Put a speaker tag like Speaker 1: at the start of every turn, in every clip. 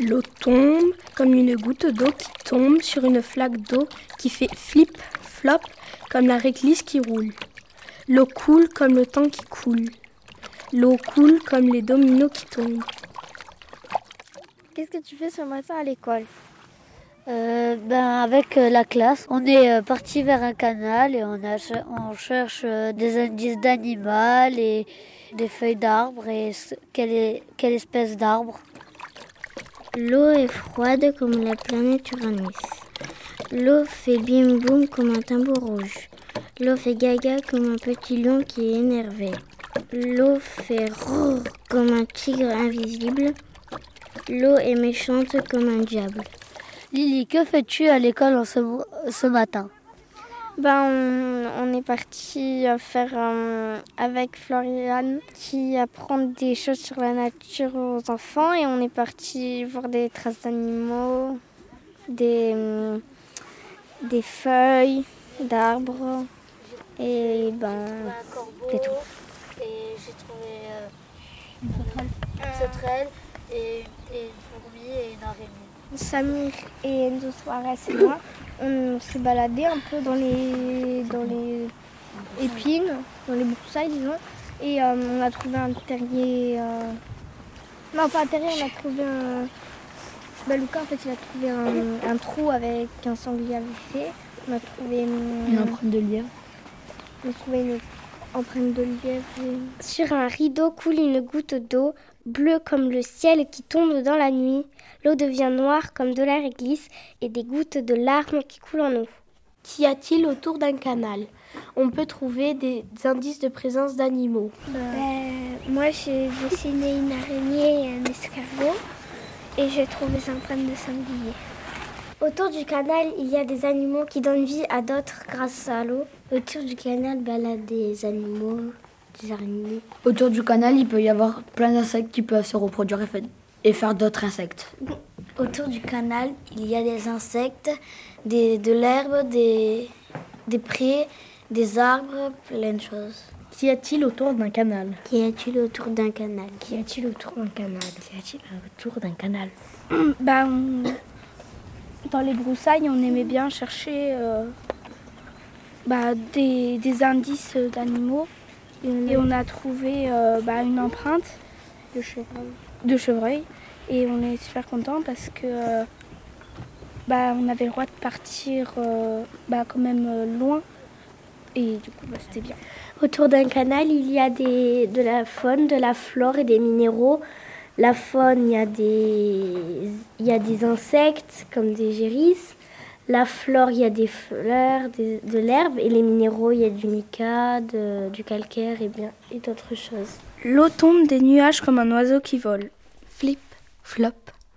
Speaker 1: L'eau tombe comme une goutte d'eau qui tombe sur une flaque d'eau qui fait flip, flop, comme la réglisse qui roule. L'eau coule comme le temps qui coule. L'eau coule comme les dominos qui tombent.
Speaker 2: Qu'est-ce que tu fais ce matin à l'école
Speaker 3: Euh, ben avec euh, la classe, on est euh, parti vers un canal et on, a cher- on cherche euh, des indices d'animal et des feuilles d'arbres et ce- quelle, est- quelle espèce d'arbre.
Speaker 4: L'eau est froide comme la planète Uranus. L'eau fait bim boum comme un tambour rouge. L'eau fait gaga comme un petit lion qui est énervé. L'eau fait roar E comme un tigre invisible. L'eau est méchante comme un diable.
Speaker 3: Lily, que fais-tu à l'école en ce, mo- ce matin
Speaker 2: Ben, on, on est parti euh, faire euh, avec Floriane qui apprend des choses sur la nature aux enfants et on est parti voir des traces d'animaux, des, euh, des feuilles d'arbres et ben
Speaker 3: Et j'ai trouvé euh, une sauterelle et, une fourmi et une araignée.
Speaker 2: Samir et Enzo Suarez et moi, on s'est baladé un peu dans les, dans les épines, dans les broussailles, disons. Et euh, on a trouvé un terrier. euh, Non, pas un terrier, on a trouvé un. Bah, Lucas, en fait, il a trouvé un, un trou avec un sanglier avait fait. On a trouvé une,
Speaker 5: de lièvre.
Speaker 2: on a trouvé une empreinte de lièvre. et-
Speaker 4: Sur un rideau coule une goutte d'eau, bleue comme le ciel qui tombe dans la nuit. L'eau devient noire comme de la réglisse et des gouttes de larmes qui coulent en eau.
Speaker 6: Qu'y a-t-il autour d'un canal On peut trouver des indices de présence d'animaux.
Speaker 4: Euh,
Speaker 2: moi, j'ai dessiné une araignée et un escargot. Et j'ai trouvé des empreintes de sanglier.
Speaker 4: Autour du canal, il y a des animaux qui donnent vie à d'autres grâce à l'eau. Autour du canal, ben là, des animaux, des araignées.
Speaker 5: Autour du canal, il peut y avoir plein d'insectes qui peuvent se reproduire et fa- et faire d'autres insectes.
Speaker 4: Autour du canal, il y a des insectes, des, de l'herbe, des, des prés, des arbres, plein de choses.
Speaker 6: Qu'y a-t-il autour d'un canal
Speaker 4: Qu'y a-t-il autour d'un canal
Speaker 6: Qu'y a-t-il autour d'un canal Qu'y a-t-il autour d'un canal
Speaker 7: Ben, on- dans les broussailles, on aimait bien chercher euh, bah, des, des indices d'animaux. Et on a trouvé euh, bah, une empreinte
Speaker 2: De cheval.
Speaker 7: de chevreuil. Et on est super contents parce que euh, bah, on avait le droit de partir euh, bah, quand même euh, loin. Et du coup, bah, c'était bien.
Speaker 4: Autour d'un canal, il y a des, de la faune, de la flore et des minéraux. La faune, il y a des, il y a des insectes comme des gérisses. La flore, il y a des fleurs, des- de l'herbe. Et les minéraux, il y a du mica, de- du calcaire et bien et d'autres choses.
Speaker 1: L'eau tombe des nuages comme un oiseau qui vole. Flip, flop,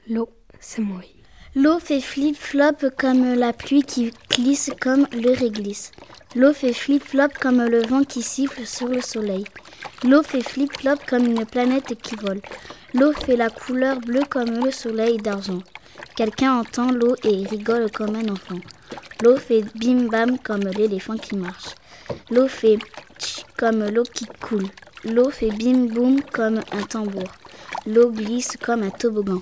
Speaker 1: l'eau s'émouille.
Speaker 4: L'eau fait flip-flop comme la pluie qui glisse comme le réglisse. L'eau fait flip-flop comme le vent qui siffle sur le soleil. L'eau fait flip-flop comme une planète qui vole. L'eau fait la couleur bleue comme le soleil d'argent. Quelqu'un entend l'eau et rigole comme un enfant. L'eau fait bim-bam comme l'éléphant qui marche. L'eau fait tch comme l'eau qui coule. L'eau fait bim-boum comme un tambour. L'eau glisse comme un toboggan.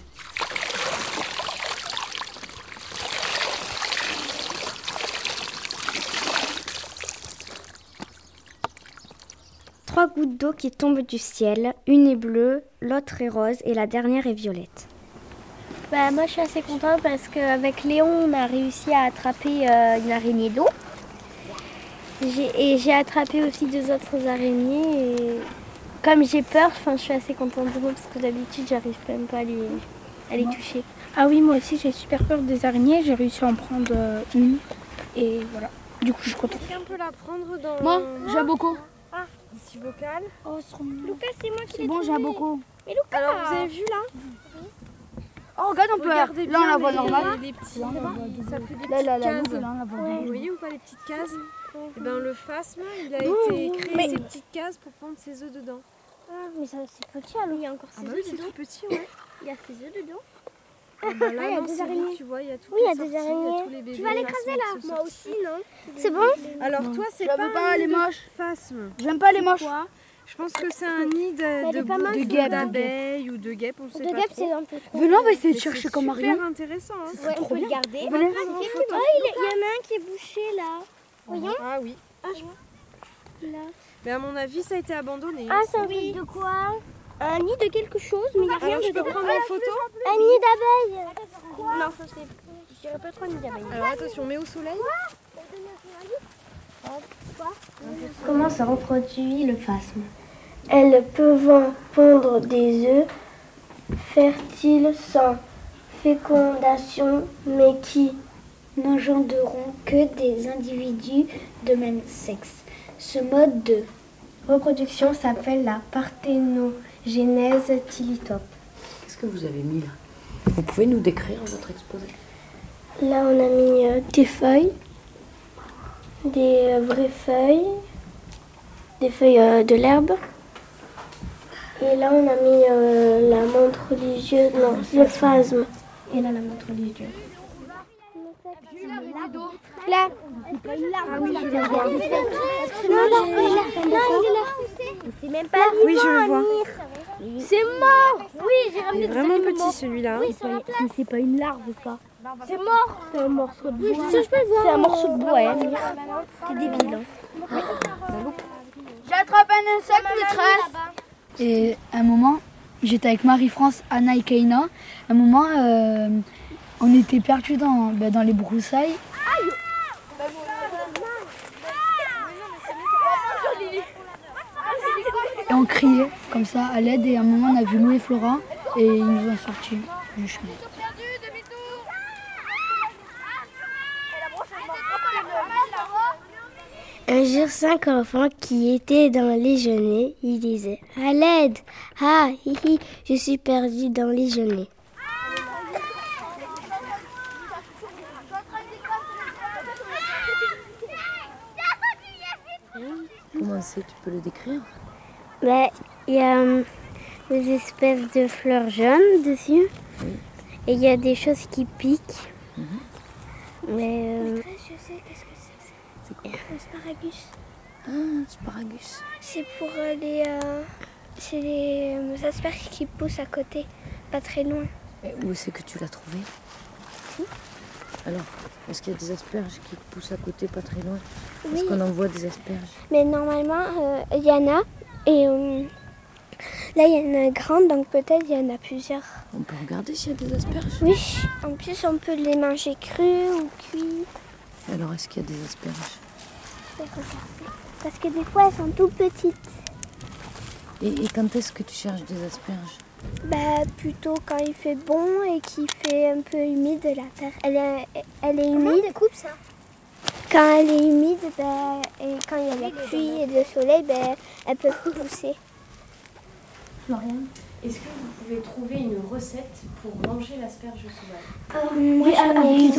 Speaker 4: Trois gouttes d'eau qui tombent du ciel, une est bleue, l'autre est rose et la dernière est violette.
Speaker 2: Bah, moi je suis assez contente parce qu'avec Léon on a réussi à attraper euh, une araignée d'eau. J'ai- Et j'ai attrapé aussi deux autres araignées. Et comme j'ai peur, 'fin, je suis assez contente de moi parce que d'habitude j'arrive même pas à les, à les toucher.
Speaker 7: Ah oui, moi aussi, j'ai super peur des araignées. J'ai réussi à en prendre euh, une. Et voilà. Du coup, je suis contente.
Speaker 5: Moi, j'ai beaucoup.
Speaker 2: Lucas, c'est moi qui l'ai
Speaker 5: Bon, j'ai beaucoup.
Speaker 2: Alors vous avez vu là
Speaker 5: Oh, regarde, on peut. Là, on la voit normale.
Speaker 8: Les petits, ça fait des petites
Speaker 5: Là, là, là,
Speaker 8: cases.
Speaker 5: là, on la voit normale.
Speaker 8: Vous voyez ou pas les petites cases Eh ben, le phasma, il a été créé ces petites cases pour pondre ses œufs dedans.
Speaker 2: Ah, Mais ça c'est petit alors. Il y a encore
Speaker 8: Ah
Speaker 2: ses
Speaker 8: bah oui,
Speaker 2: œufs
Speaker 8: c'est
Speaker 2: dedans.
Speaker 8: tout petit, ouais.
Speaker 2: Il y a ses œufs dedans.
Speaker 8: Ah bah là,
Speaker 2: il y a
Speaker 8: non,
Speaker 2: des
Speaker 8: c'est bon,
Speaker 2: araignées.
Speaker 8: tu vois, il y a toutes
Speaker 2: Oui, il y a
Speaker 8: les
Speaker 2: des
Speaker 8: sorties, il y
Speaker 2: araignées.
Speaker 8: tous les bébés
Speaker 2: vas l'écraser,
Speaker 8: phasmas qui sont
Speaker 2: Moi
Speaker 8: sortis.
Speaker 2: aussi non.
Speaker 8: Alors toi, c'est
Speaker 5: Je
Speaker 8: pas,
Speaker 5: veux pas, elle est
Speaker 8: le
Speaker 5: moche.
Speaker 8: phasme.
Speaker 5: J'aime pas les moches.
Speaker 8: Je pense que c'est un nid de,
Speaker 2: Elle
Speaker 8: de,
Speaker 2: est pas
Speaker 8: bou-
Speaker 2: mal,
Speaker 8: de
Speaker 2: celle-là.
Speaker 8: guêpes, d'abeilles ou de guêpes, on sait
Speaker 2: De
Speaker 8: pas
Speaker 2: Gap,
Speaker 8: trop.
Speaker 2: c'est un peu trop.
Speaker 5: Venez, on va essayer
Speaker 8: Mais
Speaker 5: de
Speaker 8: C'est
Speaker 5: chercher
Speaker 8: super
Speaker 5: comme rien.
Speaker 8: intéressant. hein.
Speaker 2: Ouais, on peut regarder.
Speaker 5: Venez.
Speaker 2: Ah, il est- oh, il est- il y en a un qui est bouché là. Voyons.
Speaker 8: Ah oui.
Speaker 2: Là.
Speaker 8: Mais à mon avis, ça a été abandonné.
Speaker 2: Ah, c'est un nid de quoi Un nid de quelque chose, mais il n'y a rien
Speaker 8: Alors, je
Speaker 2: de
Speaker 8: peux
Speaker 2: dedans.
Speaker 8: prendre en photo
Speaker 2: Un nid d'abeilles Non, ça c'est. Je dirais pas trop un nid d'abeilles.
Speaker 8: Alors, attention, mais au soleil.
Speaker 6: Comment se reproduit le phasme Elles peuvent pondre des œufs fertiles sans fécondation, mais qui
Speaker 4: n'engendreront que des individus de même sexe. Ce mode de
Speaker 6: reproduction s'appelle la parthénogenèse tilitope.
Speaker 9: Qu'est-ce que vous avez mis là Vous pouvez nous décrire votre exposé
Speaker 6: Là, on a mis euh, des feuilles, des euh, vraies feuilles, des feuilles euh, de l'herbe. Et là, on a mis euh, la montre religieuse, non, le phasme. Et là, la montre religieuse.
Speaker 2: Là. Non, là, là, là, il est là. C'est même pas vivant,
Speaker 8: Oui, je le vois.
Speaker 2: Amir. C'est mort. Oui, j'ai
Speaker 8: Il
Speaker 2: ramené des
Speaker 8: est vraiment
Speaker 2: animaux
Speaker 8: petit celui-là. hein.
Speaker 2: sur la place.
Speaker 6: C'est pas une larve, ça.
Speaker 2: C'est mort.
Speaker 6: C'est un morceau de
Speaker 2: Je cherche pas voir.
Speaker 6: C'est un morceau de bois, hein.
Speaker 2: T'es débile.
Speaker 7: J'attrape un insecte, de trace.
Speaker 5: Et à un moment, j'étais avec Marie-France, Anna et Kaina. À un moment, euh, on était perdus dans, bah, dans les broussailles. Et on criait comme ça à l'aide et à un moment on a vu Lou et Flora et ils nous ont sortis du chemin.
Speaker 4: Un jour, cinq enfants qui étaient dans les genêts, ils disaient À l'aide Ah, hi, hi, je suis perdu dans les genêts.
Speaker 9: Comment c'est Tu peux le décrire
Speaker 2: Bah, il y a euh, des espèces de fleurs jaunes dessus. Et il y a des choses qui piquent. Mais. euh,
Speaker 6: Je sais qu'est-ce que c'est. C'est quoi Asparagus.
Speaker 9: Ah, asparagus.
Speaker 6: C'est pour euh, les. euh, c'est les euh, asperges qui poussent à côté, pas très loin.
Speaker 9: Mais où c'est que tu l'as trouvé Alors, est-ce qu'il y a des asperges qui poussent à côté, pas très loin Est-ce
Speaker 6: Oui.
Speaker 9: qu'on en voit des asperges
Speaker 6: Mais normalement, euh, il y en a. Et euh, là, il y en a une grande, donc peut-être il y en a plusieurs.
Speaker 9: On peut regarder s'il y a des asperges
Speaker 6: Oui. En plus, on peut les manger crus ou cuits.
Speaker 9: Alors, est-ce qu'il y a des asperges
Speaker 6: Parce que des fois, elles sont toutes petites.
Speaker 9: et, et quand est-ce que tu cherches des asperges
Speaker 6: Bah, plutôt quand il fait bon et qu'il fait un peu humide, la terre. Elle est, elle est humide. coupe ça Quand elle est humide, bah, et quand il y a la pluie et le soleil, bah, elles peuvent pousser.
Speaker 10: Est-ce que vous pouvez trouver une recette pour manger l'asperge sauvage
Speaker 6: Moi, j'en ai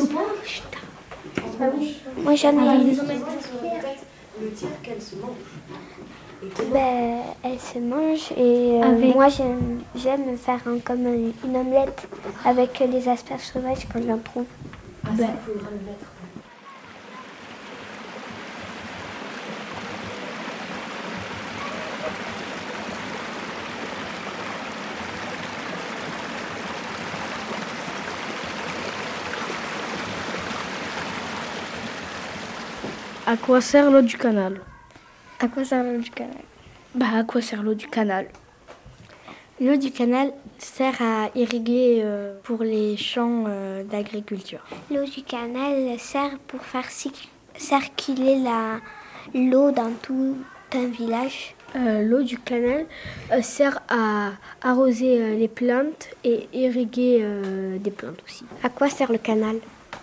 Speaker 6: Moi, j'en ai
Speaker 10: Le dire qu'elle se mange. Et comment
Speaker 6: Ben, elle se mange et euh, moi j'aime j'aime faire un- comme un- une omelette avec les asperges sauvages quand j'en trouve.
Speaker 10: Ah, ça, il faudra le mettre.
Speaker 7: À quoi sert l'eau du canal
Speaker 2: À quoi sert l'eau du canal
Speaker 7: Bah à quoi sert l'eau du canal
Speaker 6: L'eau du canal sert à irriguer
Speaker 7: euh,
Speaker 6: pour les champs d'agriculture.
Speaker 2: L'eau du canal sert pour faire cir- circuler la- l'eau dans tout un village.
Speaker 6: L'eau du canal euh, sert à arroser euh, les plantes et irriguer euh, des plantes aussi. À quoi sert le canal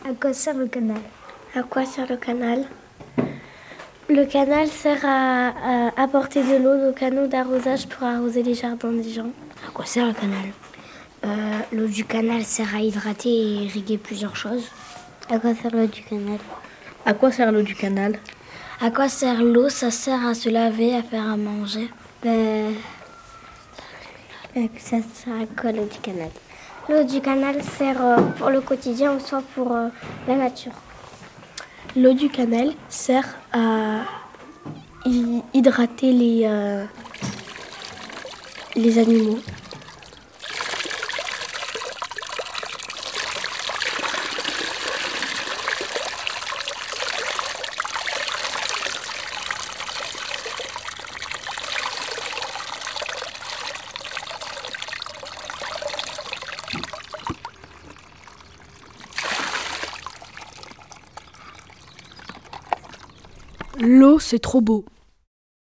Speaker 2: À quoi sert le canal
Speaker 6: À quoi sert le canal
Speaker 2: Le canal sert à, à apporter de l'eau aux canaux d'arrosage pour arroser les jardins des gens. Euh,
Speaker 4: À quoi sert le canal L'eau du canal sert à hydrater et irriguer plusieurs choses.
Speaker 2: À quoi sert l'eau du canal
Speaker 7: À quoi sert l'eau du canal
Speaker 4: À quoi sert l'eau Ça sert à se laver, à faire à manger.
Speaker 2: Ben, euh, ça sert à quoi l'eau du canal L'eau du canal sert euh, pour le quotidien ou soit pour euh, la nature.
Speaker 6: L'eau du canal sert à hy- hydrater les, euh, les animaux.
Speaker 8: L'eau, c'est trop beau.